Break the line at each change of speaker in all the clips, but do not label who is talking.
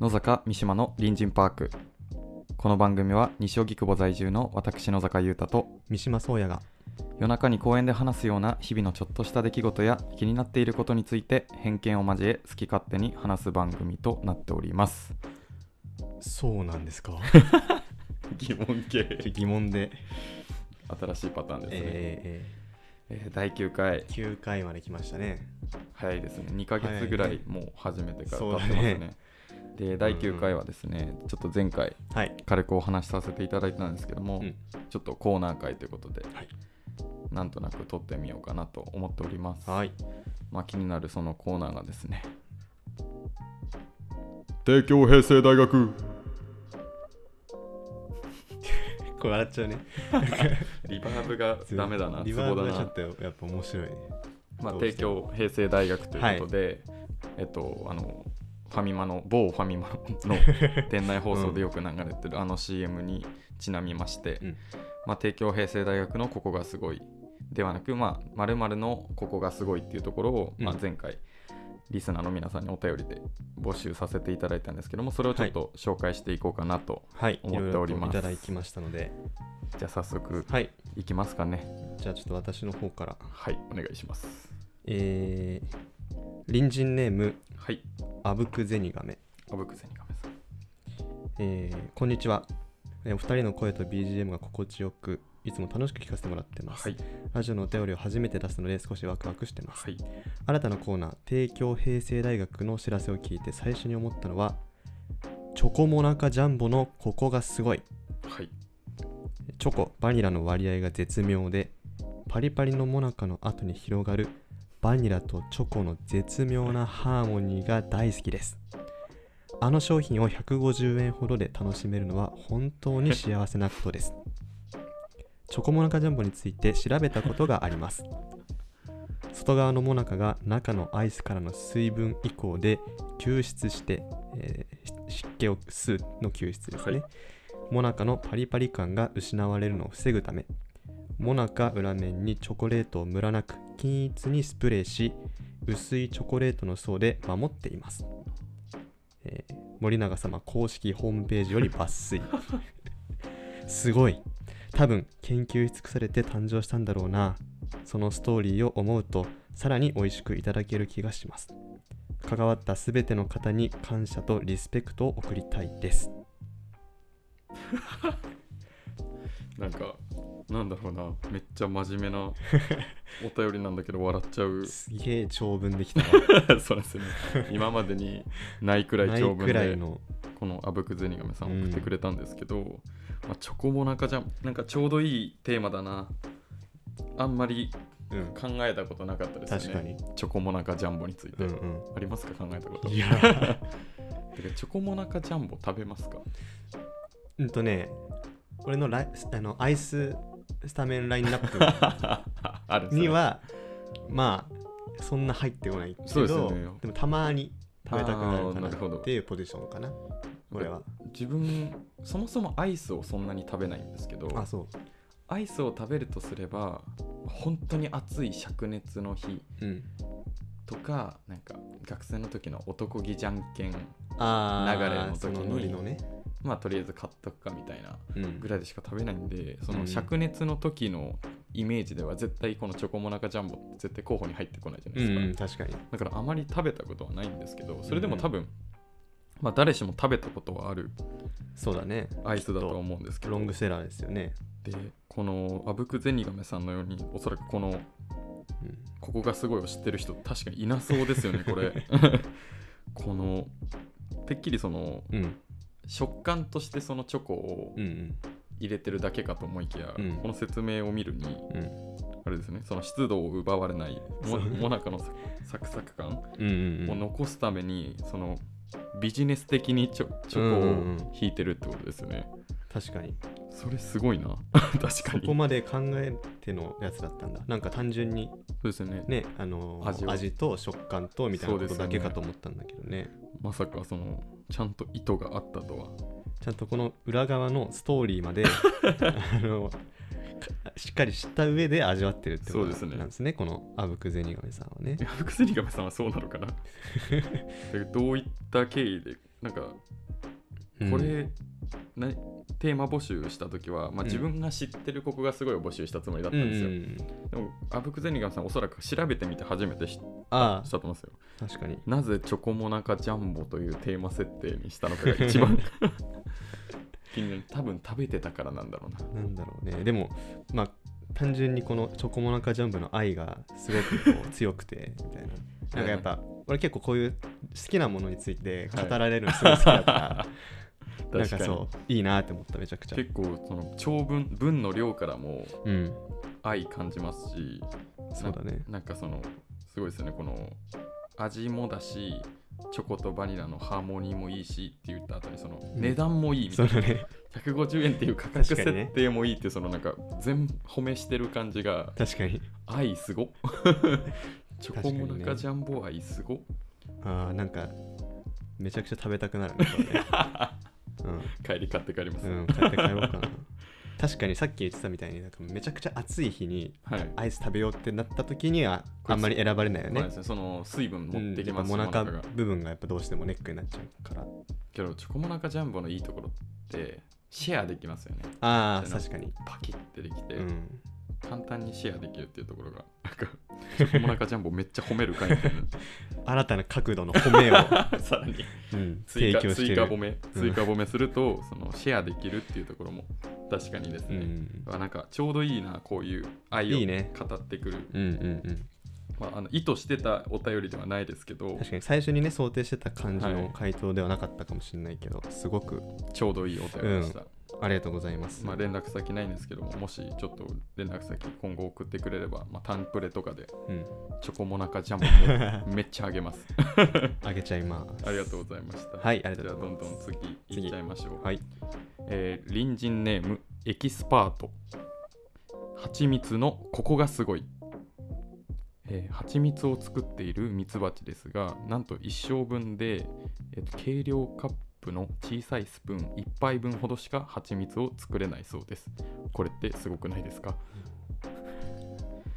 野坂三島の隣人パークこの番組は西荻窪在住の私野坂優太と
三島宗也が
夜中に公園で話すような日々のちょっとした出来事や気になっていることについて偏見を交え好き勝手に話す番組となっております
そうなんですか
疑問系
疑問 で、
新しいパターンですね、
えー
えー第9回
えー9回まで来ましたね
早いですね2ヶ月ぐらいもう始めてから経ってます
そう
ね
だね
で第9回はですね、ちょっと前回
はい
軽くお話しさせていただいたんですけども、
うん
ちょっとコーナー会ということで、
はい
なんとなく撮ってみようかなと思っております、
はい
まあ、気になるそのコーナーがですね帝京平成大学
これ笑っちゃうね
リバーブがダメだな
リ
ツ
バ
ボ
ーブ
だ
がちょ
な
っとやっぱ面白いね
まあ
どう
帝
しても
京平成大学ということで、えっとあのファミマの某ファミ マの店内放送でよく流れてるあの CM にちなみまして、
うん
まあ、帝京平成大学のここがすごいではなくまあ〇〇のここがすごいっていうところを、
うん
まあ、前回リスナーの皆さんにお便りで募集させていただいたんですけどもそれをちょっと紹介していこうかなと、
はいい
思
ろ
っ
い
てお
ろ
り
と
ます
いただきましたので
じゃあ早速
はい
いきますかね
じゃあちょっと私の方から
はいお願いします
えー、隣人ネーム
はい
あぶくゼニガメ
あぶくゼニガメさん
えーこんにちはえーお二人の声と BGM が心地よくいつも楽しく聞かせてもらってます、
はい
ラジオのお便りを初めて出すので少しワクワクしてます
はい
新たなコーナー帝京平成大学のお知らせを聞いて最初に思ったのはチョコモナカジャンボのここがすごい
はい
チョコバニラの割合が絶妙でパリパリのモナカの後に広がるバニラとチョコの絶妙なハーモニーが大好きですあの商品を150円ほどで楽しめるのは本当に幸せなことですチョコモナカジャンボについて調べたことがあります外側のモナカが中のアイスからの水分以降で吸湿して、えー湿気を吸うの吸湿ですね、
は
モナカのパリパリ感が失われるのを防ぐためモナカ裏面にチョコレートをムラなく均一にスプレーし薄いチョコレートの層で守っています、えー森永様公式ホームページより抜粋 すごい多分研究し尽くされて誕生したんだろうなそのストーリーを思うとさらに美味しくいただける気がします関わったすべての方に感謝とリスペクトを送りたいです
なんかなんだろうなめっちゃ真面目 なお便りなんだけど笑っちゃう
すげえ長文できたわ
そうですね 今までにないくら
ない
長
い
文
くらい
で
の
このあぶくゼニガメさん送ってくれたんですけど、まあ、チョコモナカじゃんなんかちょうどいいテーマだなあんまり
うん
考えたことなかったですね
確かに
チョコモナカジャンボについて、
うんうん
ありますか考えたこと
いや
てかチョコモナカジャンボ食べます か
うんとね俺のライあのアイススタメンラインナッ
あるん
プ
すね
にはまあそんな入ってこないけど
そうですよね
でもたまに食べたくなる
あー
か
なるほ
な
ど
っていうポジションかな俺は
自分そもそもアイスをそんなに食べないんですけど
あそう
アイスを食べるとすれば本当に暑い灼熱の日
うん、
とかなんか学生の時の男気じゃんけん
あ
流れの
ー
時に
そのノリのね、
まあとりあえず買っとくかみたいな
うん
ぐ、らいでしか食べないんでその
うん
灼熱の時のイメージでは絶対このチョコモナカジャンボって絶対候補に入ってこないじゃな
う
いですか、
ん確かに
だからあまり食べたことはないんですけどそれでも多分、まあ、誰しも食べたことはある
そうだね
アイスだとは思うんですけど
ロングセラーですよね、
でこのあぶくゼニガメさんのようにおそらくこの
うん
ここがすごいを知ってる人確かにいなそうですよねこ れこのてっきりその
うん
食感としてそのチョコを
うん
入れてるだけかと思いきや、
うん
この説明を見るに
うんうん
あれですねその湿度を奪われないも
そう
もなかのササクサク感
うんう
を
ん
残すために、そのビジネス的にチョチ
うんうん
ョ
う
コ
ん
を引いてるってことですよね、
確かに
それすごいな 確か
そ
に
こまで考えてのやつだったんだなんか単純に
そうですよね
ねあのー
味
味
を
と食感とみたいな
そう
こ
です
と
よね
だけかと思ったんだけどね
まさかそのちゃんと意図があったとは
ちゃんとこの裏側のストーリー まであのしっかり知った上で味わってるってこと
そうですね
なんですねこのあぶくゼニガメさんはね
いや、福ゼニガメさんはそうなのかなえどういった経緯でなんか
うん
これ、なテーマ募集した時は、ま
う
あ、
ん
自分が知ってるここがすごいを募集したつもりだっ
う
た
んうん
ですよ、
ん、
でもアブクゼニガンさんおそらく調べてみて初めて知っ
あ
たと思うんですよ
あ確かに
なぜチョコモナカジャンボというテーマ設定にしたのかが一 番気になる多分食べてたからなんだろうな
なんだろうねでもまあ単純にこのチョコモナカジャンボの愛がすごくこう強く てみたいななんかやっぱ俺結構こういう好きなものについて語られるのすごい好きだから、な ん
確
か
かに
そういいなって思っためちゃくちゃ
結構その長文文の量からも
うん
愛感じますし
そうだね
なんかそのすごいですよねこの味もだしチョコとバニラのハーモニーもいいしって言った後にその
ん
値段もいいみたい
そ
うな、
だね
150円っていう価格
確かにね
設定もいいっていうそのなんか全褒めしてる感じが
確かに
愛す ごチョコモナ
確かにね
カジャンボ愛すご、
ああなんかめちゃくちゃ食べたくなるねこれね
帰り買って帰ります、
うん、うん、買って帰ろうかな確かにさっき言ってたみたいになんかめちゃくちゃ暑い日に
はい
アイス食べようってなった時には
こ
あ
れ
んまり選ばれないよ
そうなん
ね
ですね、その水分
う
持
ん
ってき
やっぱ
ます、
モナ
モナ
カ
カが
部分がやっぱどうしてもネックになっちゃうから
けどチョコモナカジャンボのいいところってシェアできますよね
ああ
じゃあ
確かに
パキってできて、
うん
簡単にシェアできるっていうところがなんかチ ョコモナカジャンボめっちゃ褒める感じにな
新たな角度の褒めを、
るさらに
うん
追
提
加
供して
追加褒
る
め追加褒めすると、そのシェアできるっていうところも確かにです
う
ね、
ん
あなんかちょうどいいなこういう愛
いい
を
ね
語ってくる
うんうんうん
まあ、あの意図してたお便りではないですけど
確かに最初にね想定してた感じ
は
の
い
回答ではなかったかもしれないけど、すごく
ちょうどいいお便りでした、
ありがとうございます、
まあ、連絡先ないんですけどももしちょっと連絡先今後送ってくれれば、まあ、タンプレとかで
うん、
チョコモナカジャンボもめっちゃあげます
あげちゃいます
ありがとうございました
はいあり
じ
が
ゃ
と
あ
うご
ど
ざい
んど
ま
ん
す
次
次
いっちゃいましょう、
はい
えー隣人ネームエキスパート蜂蜜のここがすごい、えー、蜂蜜を作っているミツバチですがなんと一生分で、えーと計量カップの小さいスプーン1杯分ほどしか蜂蜜を作れないそうですこれってすごくないですか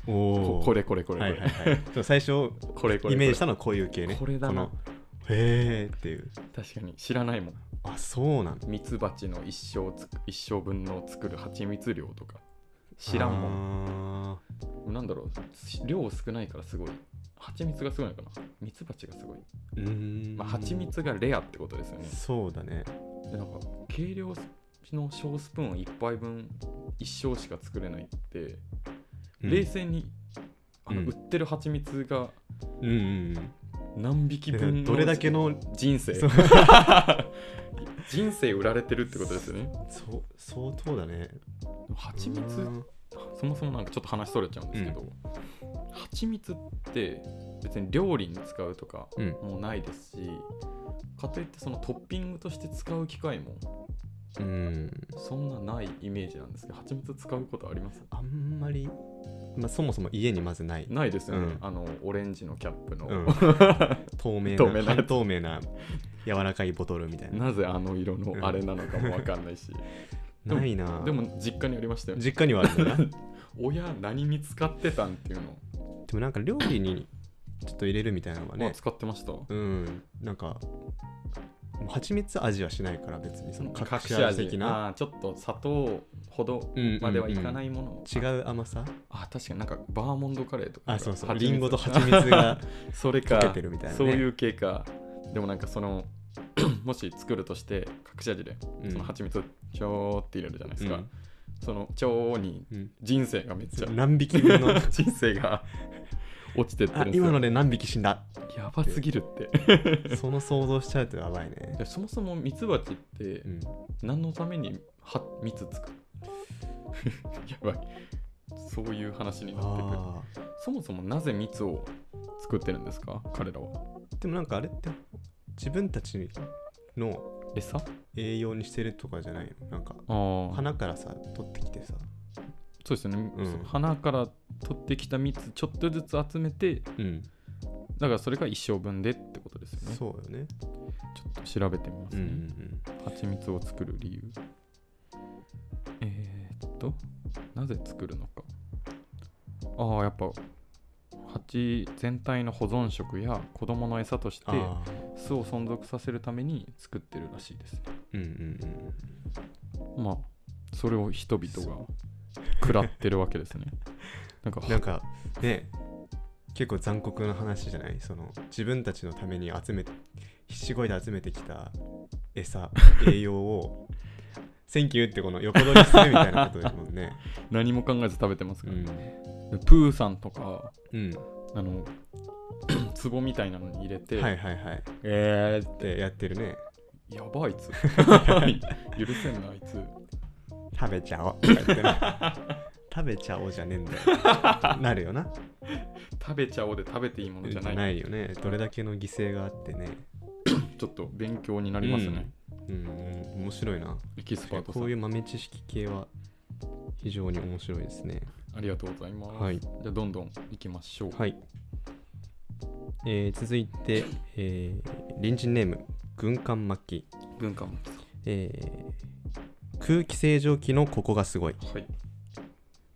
お
こ
お
これこれこれこれ、
はいはいはいでも最初
これこれ
イメージしたのはこういう系ね
これだな
のへえっていう
確かに知らないもん
あそうなん
ミツバチの一生つく一生分の作る蜂蜜量とか知らんもん
もん
なんだろう量少ないからすごい蜂蜜がすごいのかな蜜蜂がすごい、
うーん
まあ、蜂蜜がレアってことですよね
そうだね
でなんか計量の小スプーン1杯分一生しか作れないって、
うん
冷静にあの
うん
売ってる蜂蜜が
うんうんうん
何匹
だから
分の
どれだけの
人生
そう
人生売られてるってことですよね
そう相当だね
蜂蜜
うーん
そもそもなんかちょっと話それちゃうんですけど、蜂蜜って別に料理に使うとか
うん
もうないですし、かといってそのトッピングとして使う機会も
うん
そんなないイメージなんですけど蜂蜜使うことあります
あんまりまあそもそも家にまずない
ないですよね、
うん
あのオレンジのキャップの、
うん透明
透明な
な
やつ
半透明な柔らかいボトルみたいな
なぜあの色のあれなのかもわかんないし でも
ないな
でも実家にありましたよね
実家にはあるんだな で
親何に使ってたんっていうの
もなんか料理にちょっと入れるみたいなのが
まあ
ね
使ってました
うんなんか蜂蜜味はしないから別にその隠し
隠し
味的な
あーちょっと砂糖ほど
うんうんうん
まではいかないもの、
違う甘さ
あ確かになんかバーモンドカレーとか
あそうそう
蜂蜜
リンゴと蜂蜜が
それか
溶けてるみたいなね
そういう系かでもなんかその もし作るとして隠し味で
うん
その蜂蜜をちょーって入れるじゃないですか、
うん
そのちょーに
うん
人生がめっちゃ
何匹 分の
人生が落ちてってる
あ
んですよ
今ので何匹死んだ
やばすぎるって
その想像しちゃうとやばいね
でそもそもミツバチって
うん
何のためには蜜つく やばいそういう話になってくる
あー
そもそもなぜ蜜を作ってるんですか彼らは
でもなんかあれって自分たちの
餌
栄養にしてるとかじゃないのなんか
ああ
花からさ取ってきてさ
そうですよね、
うん
花から取ってきた蜜ちょっとずつ集めて
うん
だからそれが一生分でってことですよねちょ
そうよね
っと調べてみます
うんう
ね、
ん
蜂蜜を作る理由えー、っとなぜ作るのかああやっぱ蜂全体の保存食や子供の餌として
ああ
巣を存続させるために作ってるらしいです
うんうんうん
まあそれを人々が食らってるわけですねなんか
なんかね結構残酷な話じゃないその自分たちのために集めて必死こいで集めてきた 餌栄養を「センキュー」ってこの横取りするみたいなことですもんね。
何も考えず食べてます
う
から、
ん、
でプーさんとか
うん、
あの 壺みたいなのに入れて、
はいはいはい。
えーって
でやってるね。
やばいあいつ 許せんなあいつ
食べちゃおうとか言って ね食べちゃおうじゃねえんだ よ。なるよな。
食べちゃおうで食べていいものじ
じ
ゃ
ゃ
ない
ないよね。どれだけの犠牲があってね。
ちょっと勉強になりますね、
うん、面白いな。
エキスパートさん
こういう豆知識系は非常に面白いですね。
ありがとうございます、
はい。
じゃあどんどんいきましょう、
はい、えー続いて、えー隣人ネーム軍艦巻き、
文化も
えー空気清浄機のここがすごい
はい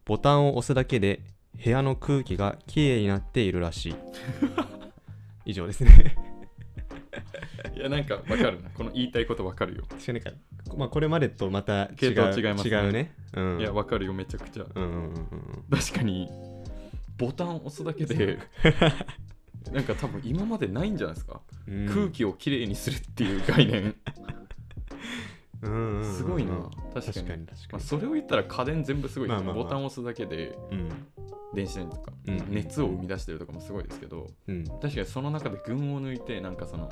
ボタンを押すだけで部屋の空気がきれいになっている らしい以上ですね
いやなんかわかるなこの言いたいことわかるよ、
確かになんか、まあ、これまでとまた違
系
う
統違いますね
違うねうん
いやわかるよめちゃくちゃ
うんうんうんうん
確かにボタン押すだけ でなんか多分今までないんじゃないですか、
うん
空気をきれいにするっていう概念
うんうんうんうん
すごいな、確
確
か
か
に
に確かに、
まあ、それを言ったら家電全部すごいです、
まあまあまあ
ボタンを押すだけで
うん
電子レンジとか、
うん
熱を生み出してるとかもすごいですけど
うん
確かにその中で群を抜いてなんかその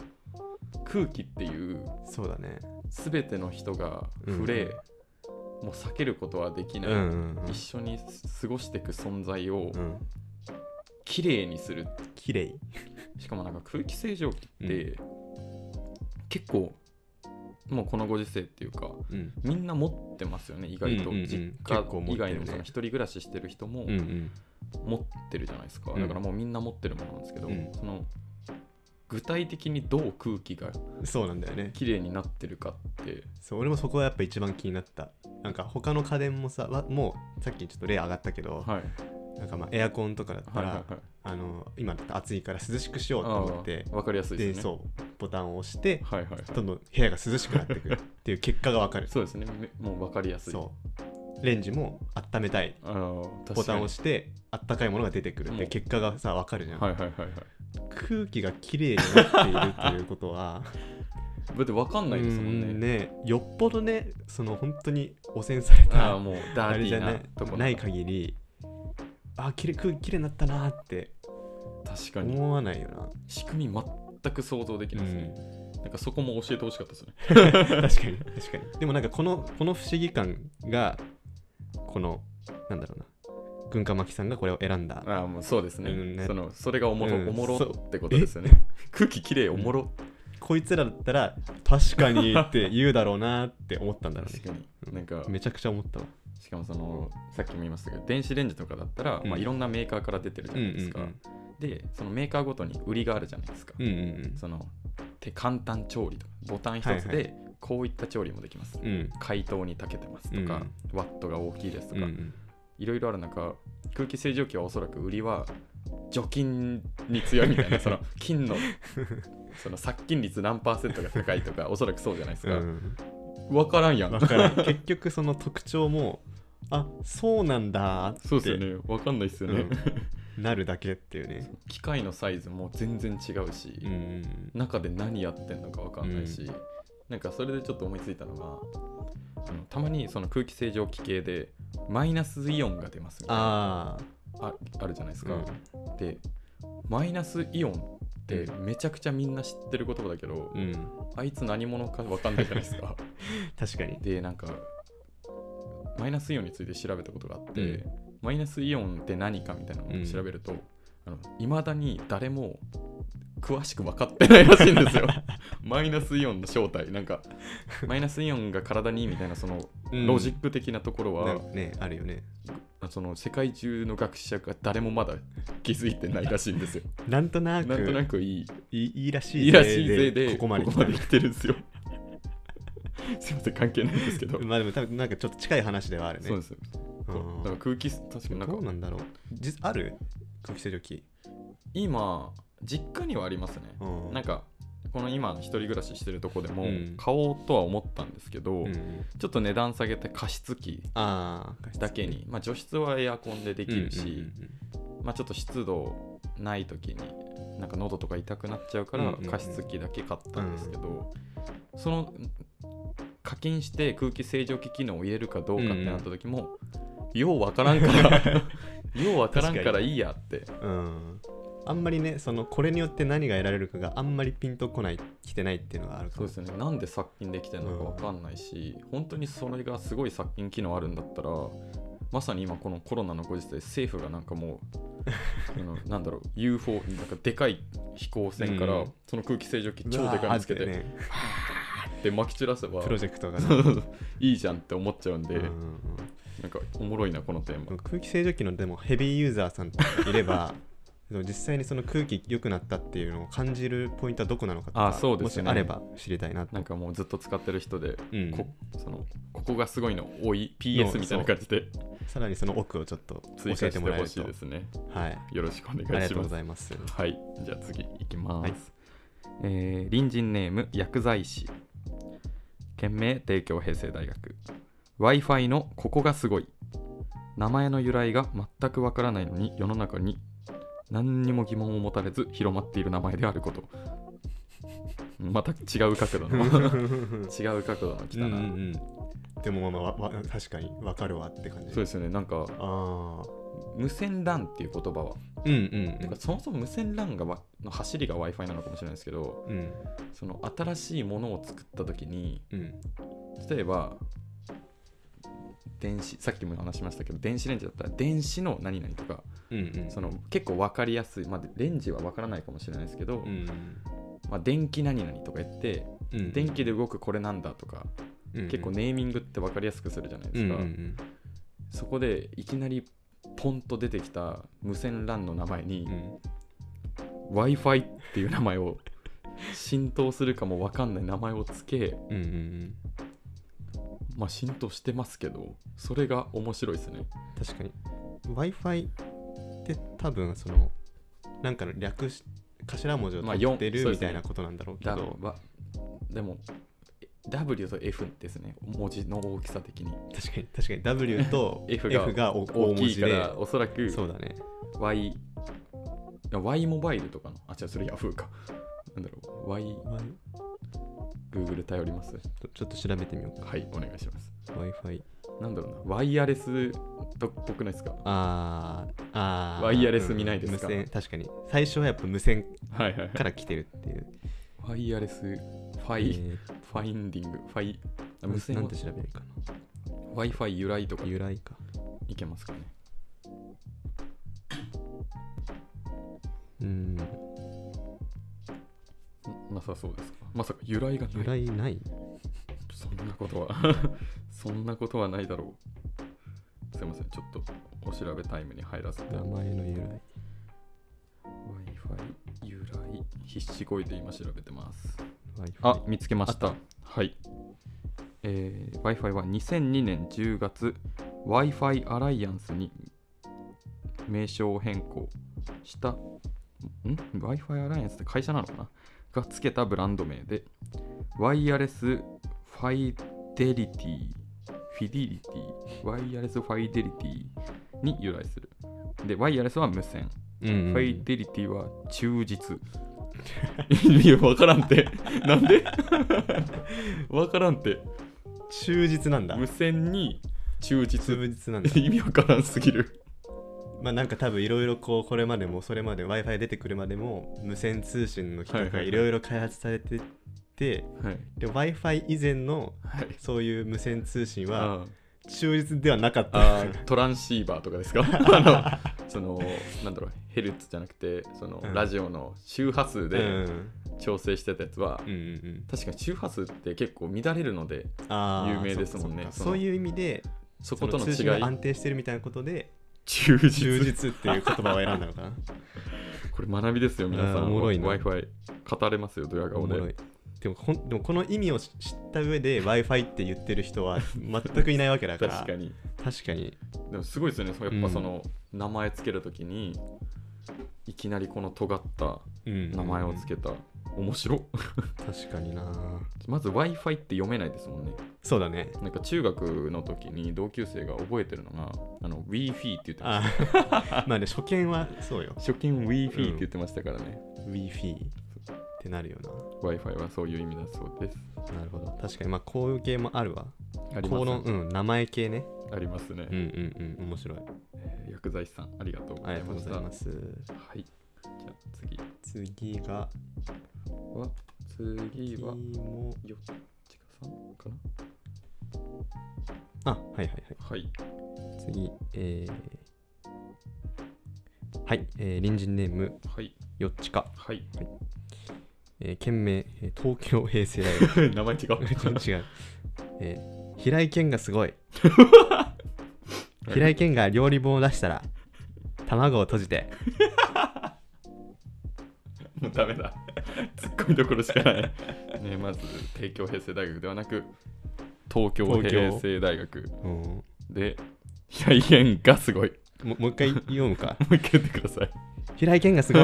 空気っていう
そうだね
全ての人が触れ、もう避けることはでき
う
なんい、
うん
一緒に過ごしていく存在を
うんうん
きれいにする
きれい
しかもなんか空気清浄機って結構もうこのご時世っていうか
うん
みんな持ってますよね意外と、
うんうんうん
実
結構
家以
持って
外
るね
のその一人暮らししてる人も
うんうん
持ってるじゃないですか、
うん
だからもうみんな持ってるものなんですけど、
うん
その具体的にどう空気が
そうなんだよね
きれいになってるかって
そう俺もそこがやっぱ一番気になったなんか他の家電もさわもうさっきちょっと例上がったけど、
はい
なんかまあエアコンとかだった
はい
ら、
はいはい
あの今だったら暑いから涼しくしようと
あ
思って
ーわかりやすい
で
ですね
そうボタンを押して
はいはいはい
どんどん部屋が涼しくなってくるっていう結果がわかる
そうですねめもうわかりやすい
そうレンジも温めたい
あの
ボタンを押
し
してあったかいものが出てくるっていう結果がさわかるじゃん、
はいはいはいはい
空気がきれいになっているっていうこと は
だってわかんないですもんね
うねよっぽどねその本当に汚染され
あ
た
あもうダ
あ
ーテ
れ
ィ
じゃ
ーな
ない
ところ
ない限りあきれ空気きれいになったなーって
確かに
思わないよな、
仕組み全く想像できないですね、なんかそこも教えてほしかったですね
確かに確かにでもなんかこのこの不思議感がこのなんだろうな軍艦巻さんがこれを選んだ
ああもうそうですね,、
うんね
そのそれがおもろ、
うん
おもろ
そう
ってことですよね空気きれいおもろ、
こいつらだったら確かにって言うだろうなーって思ったんだろうね
確かになんか
めちゃくちゃ思ったわ
しかもそのさっきも言いましたけど電子レンジとかだったら、
うん
まあ、いろんなメーカーから出てるじゃないですか、
うん
でそのメーカーごとに売りがあるじゃないですか、
うんうん
その手簡単調理とかボタン一つ
はいは
でこういった調理もできます、
うんうん
解凍に長けてますとか、ワットが大きいですと
うん
か、
うん
いろいろある中空気清浄機はおそらく売りは除菌に強いみたい なその菌のその殺菌率何パーセントが高いとかおそらくそうじゃないです
う
か、
ん
分からんやん
わからん結局その特徴もあそうなんだーって
そうですよね分かんないですよね、
うんなるだけっていうね
機械のサイズも全然違うし、
うん
中で何やってんのか分かんないし、
う
なんかそれでちょっと思いついたのがあのたまにその空気清浄機系でマイナスイオンが出ますみたいなあ
あ
あるじゃないです
あ、う
か、
ん、
でマイナスイオンってめちゃくちゃみんな知ってる言葉だけど、
うん
あいつ何者か分かんないじゃないですか。
確かに
で、なんか、マイナスイオンについて調べたことがあって、
うん
マイナスイオンって何かみたいなのを調べると、いまだに誰も詳しく分かってないらしいんです よ。マイナスイオンの正体、なんか、マイナスイオンが体にいいみたいな、そのロジック的なところは、
なんかねあるよね
その世界中の学者が誰もまだ気づいてないらしいんですよ。
なんと なく
なんとなくいい
いいいいらし
い
い
いらしいぜ
で
で
ここまで
こ
来た
来てるんですよ。 すいません、関係ないんですけ ど。
まあでも多分なんかちょっと近い話ではあるね
そうですよ。
う
こ
ん
うだから空気、確かになん
どう
か
なんだろう実ある空気清浄機
今実家にはありますね
うん
なんかこの今一人暮らししてるとこでも
うん
買おうとは思ったんですけど、
うん
ちょっと値段下げて加湿器
ああ
だけに、まあ、除湿はエアコンでできるし、
うんうん
まあ、ちょっと湿度ない時になんか喉とか痛くなっちゃうか
うん
ら
うんうん
加湿器だけ買ったんですけど、その課金して空気清浄機機能を入れるかどうかってなった時も、ようわからんから ようわからんからいいやって
うんあんまりねそのこれによって何が得られるかがあんまりピンとこないきてないっていうのがあるか
そう
ら
ですよねなんで殺菌できてるのかわかんないし、本当にそれがすごい殺菌機能あるんだったらまさに今このコロナのご時世政府がなんかもう あのなんだろう UFO なんかでかい飛行船から、
うん
その空気清浄機超でかいのつけて
うわーってね
でまき散らせば
プロジェクトがね
そうそう いいじゃんって思っちゃうんで、
うんうん
なんかおもろいなこのテー
う
マ
ん空気清浄機のでもヘビーユーザーさんとかいればでも実際にその空気良くなったっていうのを感じるポイントはどこなのかとか
あそうですね
もしあれば知りたいなと
なんかもうずっと使ってる人で、
うん
こそのここがすごいの多い
の
PS みたいな感じで
さらにその奥をちょっと
追
教
加
えて
して
もらえ
ほ
る
し
と
いですね
はい
よろしくお願
あり
い
が
し
とうご
ます
ざいます
はいじゃあ次いきます、
はい
えー隣人ネーム薬剤師県名帝京平成大学 w i f i のここがすごい名前の由来が全くわからないのに世の中に何にも疑問を持たれず広まっている名前であること また違う角度の 違う角度の来
うん
たな、
うんうんでもまあまあわ確かに分かるわって感じ
そうですよねなんか
ああ
無線 LAN っていう言葉は、
うんうん
てかそもそも無線 LAN がわの走りが w i f i なのかもしれないですけど
うんうん
その新しいものを作った時に
うん
例えば電子さっきも話しましたけど電子レンジだったら電子の何々とか
うんうん
その結構分かりやすい、まあ、レンジは分からないかもしれないですけど、
うん
まあ、電気何々とか言って
うん
電気で動くこれなんだとか、
うん
結構ネーミングって分かりやすくするじゃないですか、
うんうん
そこでいきなりポンと出てきた無線 LAN の名前に
うんうん
w i f i っていう名前を浸透するかも分かんない名前をつけ
うんうんうん
まあ浸透してますけどそれが面白いですね
確かに w i f i って多分そのなんかの略し頭文字を
まあ
取
よん
ってる
そう
み
ですね
たいなことなんだろうけ
だ
ど
わでも W と F ですね文字の大きさ的に
確かに確かに W と
F
F
が
がお大
大
文
きい
字
か
で
らおそらく
そうだね
Y いや Y モバイルとかのあ違うそれ Yahoo かなんだろう Y
Y
Google 頼ります
ちょちょっと調べてみようか
はいお願いします
w i f i
なんだろうなワイヤレスとっぽくないですか
あーあー
ワイヤレス見ないですか
うん無線確かに最初はやっぱ無線
はいはい
か
はい
ら来てるっていう
ワイヤレスファイ、
え
ファインディングファイあ
ー
無線
なん
は
て調べるか
Wi-Fi 由来とか
な由来か
いけますかね
うん
んなさそうですかまさか由来がない
由来ない
そんなことはそんなことはないだろうすいませんちょっとお調べタイムに入らせて
名
w
前の由来
i f i 由来必死こいて今調べてます
Wi-Fi
あ見つけまし
あ
たはい、えー、w i f i は2002年10月 w i f i アライアンスに名称を変更したん w i f i アライアンスって会社なのかながつけたブランド名でワイヤレスファイデリティフィデリティワイヤレスファイデリティに由来するでワイヤレスは無線
うんうんうん
ファイデリティは忠実。 いや、わからんて。 なんでわからんて。
忠実なんだ
無線に忠実。
忠実な んだ
意味わからんすぎる。
まあなんか多分いろいろこうこれまでもそれまで w i f i 出てくるまでも無線通信の機と
はいは
か
いはい
いろいろ開発されてて
はい。
で w i f i 以前の
はい。
そういう無線通信は
あ
忠実ではなかっ
あ
た
あートランシーバーとかですかあのそのなんだろうヘルツじゃなくてその、
うん
ラジオの周波数
うんう
で
ん
調整してたやつは、
うんうん
確かに周波数って結構乱れるので
あー
有名ですもんね
そっか
その
そういう意味で
そことの
通信
違い
が安定してるみたいなことで
忠 実
忠実っていう言葉を選んだのかな
これ学びですよ皆さ
あー
ん
おもろいな
w i f i 語れますよドヤ
お
顔
も
で
ろいでもほんでもこの意味を知った 上で w i f i って言ってる人は全くいないわけだから
確かに
確かに
でもすごいですよね、やっぱその名前つけるときに、いきなりこの尖った
うん
名前をつけた、面白っ
確かにな
まず w i f i って読めないですもんね
そうだね
なんか中学の時に同級生が覚えてるのがあの w i f i って言ってま
あ
し
まあね初見はそうよ
た初見 w i f i って言ってましたからね、
w i f i ってなるよ
w i f i はそういう意味だそうです
ななるほど確かにまあこういう系もあるわ
あります
この、うん、名前系ね
ありますね、
うんうんうん面白い
えー薬剤師さんありがとうご
あ
ざい
りがとう
ま
ご
した
ざいます
はいじゃあ次
次が
は次
次
は
も
よっちかさんかな
あはいはいはい
はい
次、えーはい、えー隣人ネーム、
はい
よっちか、
はい
えー県名、えー東京平成 大
名前違う
学、違う、えー平井堅がすごい、
い
平井堅が料理本を出したら、卵を閉じて、
もうダメだ ツッコミどころしかないねまず帝京平成大学ではなく東京
東京
平成大学
うん、も
で平井堅がすごいも
もう一回読むか、
う一回言ってください
平井堅がすご い、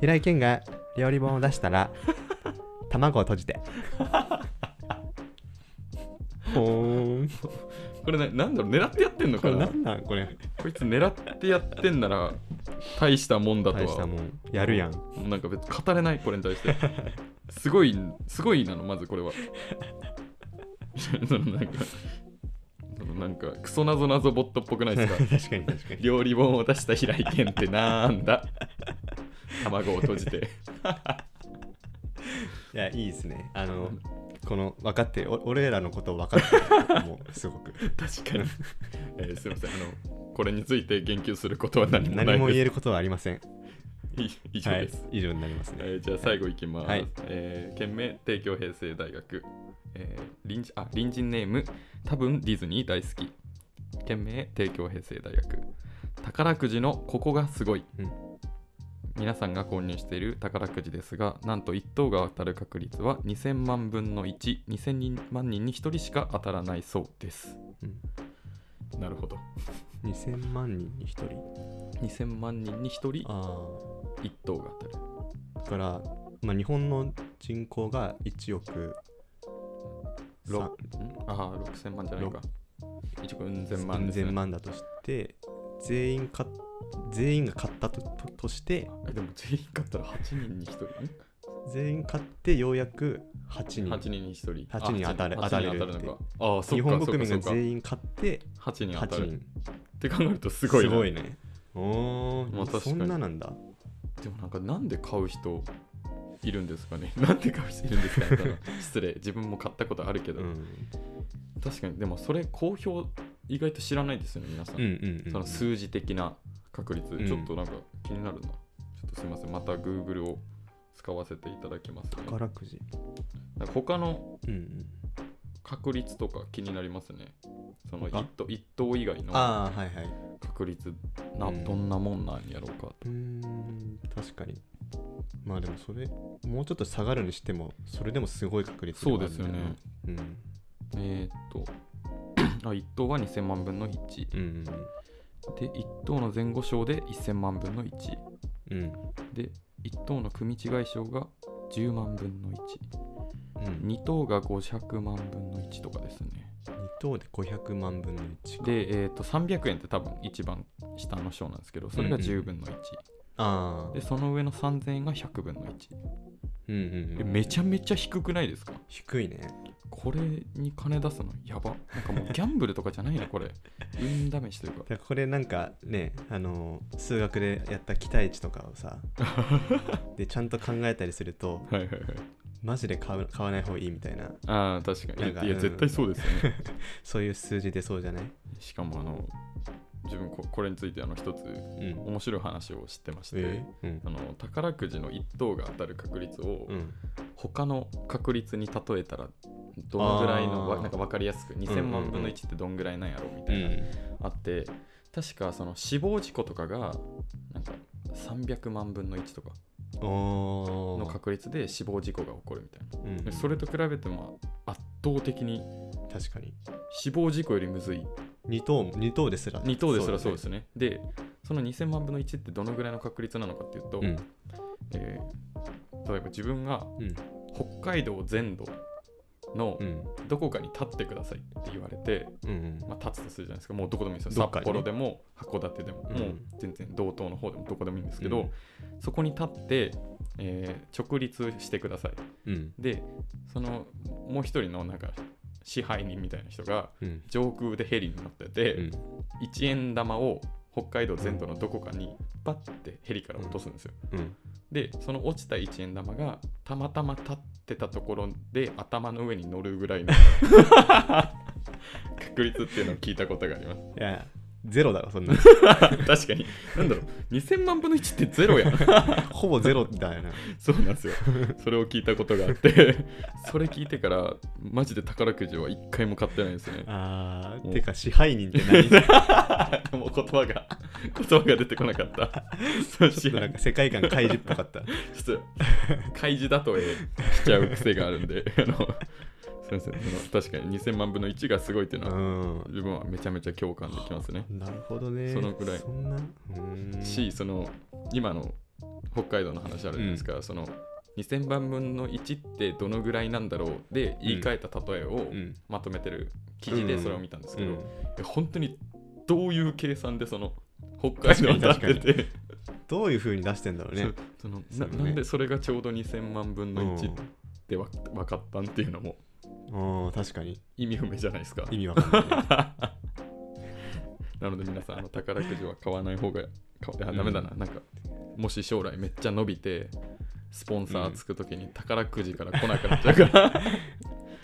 平井堅が料理本を出したら、卵を閉じて。ほーん
これねなんだろう狙ってやってんの
こ
か
れ
な
なんなんこれ
こいつ狙ってやってんなら大したもんだと
大し
は
たもんやるやん
もうなんか別に語れないこれに対してすごいすごいなのまずこれは そのなんかそのなんかクソなぞなぞボットっぽくないですか
確かに確かに
料理本を出した平井堅ってなん だ卵を閉じて
いやいいですねあのこの分かってるお俺らのことを分かってるもうすご く
確かに、えーすいませんあのこれについて言及することは何もないです
何も言えることはありません
い 以上です、
はい、以上になりますね
えーじゃあ最後いきます。
はい
えー県名、帝京平成大学。えー隣人あ隣人ネーム、多分ディズニー大好き。県名、帝京平成大学。宝くじのここがすごい。
うん
皆さんが購入している宝くじですが、なんと1等が当たる確率は2000万分の1、2000人万人に1人しか当たらないそうです。
うん
なるほど。
2000万人に1人
2000万人に1人1
あ
等が当たる。
あだから、まあ、日本の人口が1億
ろ
さ
んああ、6000万じゃないか。1億うん千万
何
です、ね。
千万だとして全員か全員が買ったとととして
えでも全員買ったら8人に1人
全員買ってようやく8
?8
人
人に1人。
八人当たる
あ八人
当た
当
れる
た
っ
る
て
のか。ああ、そっ
日
か
本
そっ
国
か
民
そ
が
っか。
全員買って
8人当た
8
る。って
人
考えるとすごいな。
ね。お
まあ
ー、
確か
そ
に
んななんだ。
でもなんかなんで買う人いるんですかね なんで買う人いるんですかね ただ失礼。自分も買ったことあるけ
う
ど。
ん、うん
確かに、でもそれ公表意外と知らないですよね、皆さん。
うんうん。
その数字的な確率、
ん
ちょっとなんか気になるな。ちょっとすいません。また Google を使わせていただきますね。
宝くじ。
なんか他の
うんうん。
確率とか気になりますね。その
他
一等一等以外の
ああ、はいはい。う
確率な、
うん
どんなもんなんやろうかと。
ーん、確かに。まあでもそれ、もうちょっと下がるにしても、それでもすごい確率
そうですよね。
あるんだよ
えー、っと あ、1等は2000万分の1。
な。うん。
で、1等の前後賞で1000万分の1。
うんうん。
で、1等の組違い賞が10万分の1。
うん。うん。
2等が500万分の1とかですね。
2等で500万分の1か。
で、えー、っと300円って多分一番下の賞なんですけど、それが10分の1。
ああ
で、。その上の3000円が100分の1。
うんうん
え
うん。
めちゃめちゃ低くないですか
低いね。
これに金出すのやばなんかもうギャンブルとかじゃないなこれ運試しというか
だからこれなんかね、あのー数学でやった期待値とかを さでちゃんと考えたりすると
はいはいはい
マジで買う買わない方がいいみたいな
ああ確かにいや
なんか
いや
うん
絶対そうですよね
そういう数字出そうじゃない
しかもあの自分ここれについてあの一つ
うん。
面白い話を知ってまして、
えうん。
あの宝くじの1等が当たる確率を
うん。
他の確率に例えたらどのぐらいの
あ
わ
ー
なんか分かりやすく2000万分の1ってどんぐらいなんやろみたいな、あって確かその死亡事故とかがなんか300万分の1とか
おー
の確率で死亡事故が起こるみたいな
うん
でそれと比べても圧倒的に
確かに。
死亡事故よりむずい
二等、二等ですら。。
2等ですらそうですすねでその2000万分の1ってどのぐらいの確率なのかっていうと、
うん
えー例えば自分が
うん
北海道全土の
うん
どこかに立ってくださいって言われて、
うんうん
まあ、立つとするじゃないですかもうどこでもいいんです
ど
よ、
っか
札
にね
幌でも函館でも、
うん
もう全然道東の方でもどこでもいいんですけど、そこに立って、えー直立してください
うん
でそのもう一人のなんか支配人みたいな人が
うん
上空でヘリに乗ってて、
うん
1円玉を北海道全土のどこかにバッてヘリから落とすんですよ、
うん
でその落ちた1円玉がたまたま立ってたところで頭の上に乗るぐらいの 確率っていうのを聞いたことがあります
いやゼロだろそ ん な
確かに何だろう2000万分の1ってゼロやん
ほぼゼロだよな
そうなんですよそれを聞いたことがあってそれ聞いてからマジで宝くじは一回も買ってないですね
あ
う
ー
ん
てか 支配人って何
もう言葉が言葉が出てこなかったそう
ちょ
し
っと
よ
なん
う
か世界観開示っぽかった
ちょっと開示だとえしちゃう癖があるん であのすいませんその確かに2000万分の1がすごいっていうのは
うん
自分はめちゃめちゃ共感できますね
なるほどね
そのくらい
そんなうーん
しその今の北海道の話あるじゃないですか、その2000万分の1ってどのぐらいなんだろうで言い換えた例えを
うん
まとめてる記事でそれを見たんですけど、
うん
え本当にどういう計算でその北海道に立ってて
どういうふうに出してんだろうね
そうその
そうね
ななんでそれがちょうど2000万分の1ってわ分かったんっていうのも
うんうん確かに
意味不明じゃないですか
意味わかんないね
なので皆さんあの宝くじは買わない方がかあ
うん
ダメだな、なんかもし将来めっちゃ伸びてスポンサーつくときに宝くじから来なくなっちゃう から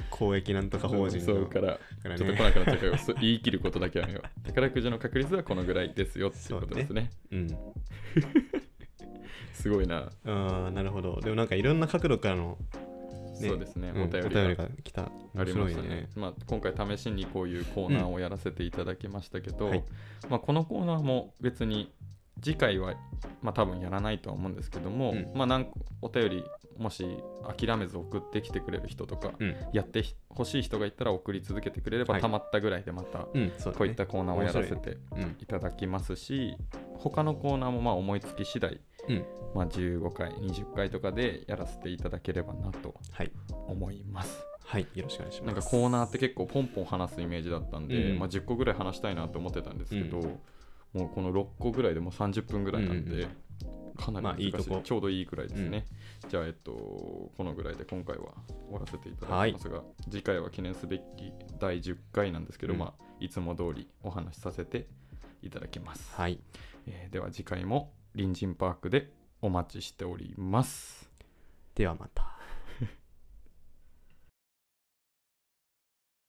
公益なんとか法人
そ
の
うから
から
ちょっと来
ね
なくなっちゃうからそう言い切ることだけはやめよう宝くじの確率はこのぐらいですよっていうことですね
うん
すごいな、
あーなるほどでもなんかいろんな角度からのね
そうですね、
うん
お便り
お
が
便りが来た
あ
面
りま
白
し
い
たね
ね
まあ、今回試しにこういうコーナーをやらせていただきましたけど、
うんはい
まあ、このコーナーも別に次回は、まあ、多分やらないとは思うんですけども、
うん
まあ、なんかお便りもし諦めず送ってきてくれる人とか、
うん
やってほしい人がいたら送り続けてくれれば
はい
たまったぐらいでまた
うんそうだね
こういったコーナーをやらせて
うん
いただきますし他のコーナーもまあ思いつき次第、
うん
まあ、15回20回とかでやらせていただければなと
はい
思います。
はいよろしくお願いし
な
ます
んかコーナーって結構ポンポン話すイメージだったんで、
うん
まあ、10個ぐらい話したいなと思ってたんですけど、
うん
もうこの6個ぐらいでもう30分ぐらいなんで、
うんうん
かなり
まあ
難しい,、
いいとこ
ちょうどいいくらいですね、じゃあえっとこのぐらいで今回は終わらせていただきますが、次回は記念すべき第10回なんですけど、
うん
まあ、いつも通りお話しさせていただきます、
はい
えーでは次回も隣人パークでお待ちしております
ではまた